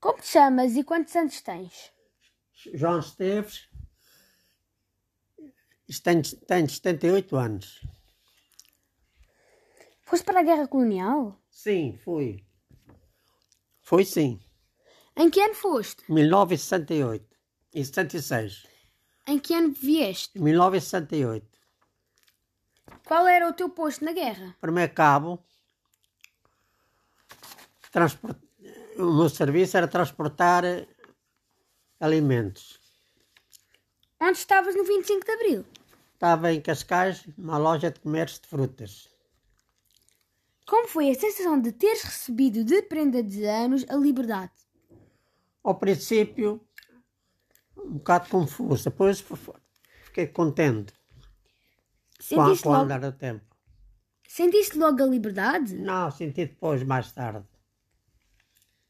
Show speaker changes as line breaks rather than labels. Como te chamas e quantos anos tens?
João Esteves, tenho, tenho 78 anos.
Foste para a Guerra Colonial?
Sim, fui. Fui sim,
Em que ano foste?
1968 e 76.
Em que ano vieste?
1968.
Qual era o teu posto na guerra?
Primeiro cabo, transpor- o meu serviço era transportar eh, alimentos.
Onde estavas no 25 de Abril?
Estava em Cascais, numa loja de comércio de frutas.
Como foi a sensação de teres recebido de prenda de anos a liberdade?
Ao princípio, um bocado confuso, depois f- fiquei contente com,
Sentiste
com o
logo,
andar do tempo.
sentiste logo a liberdade?
Não, senti depois, mais tarde.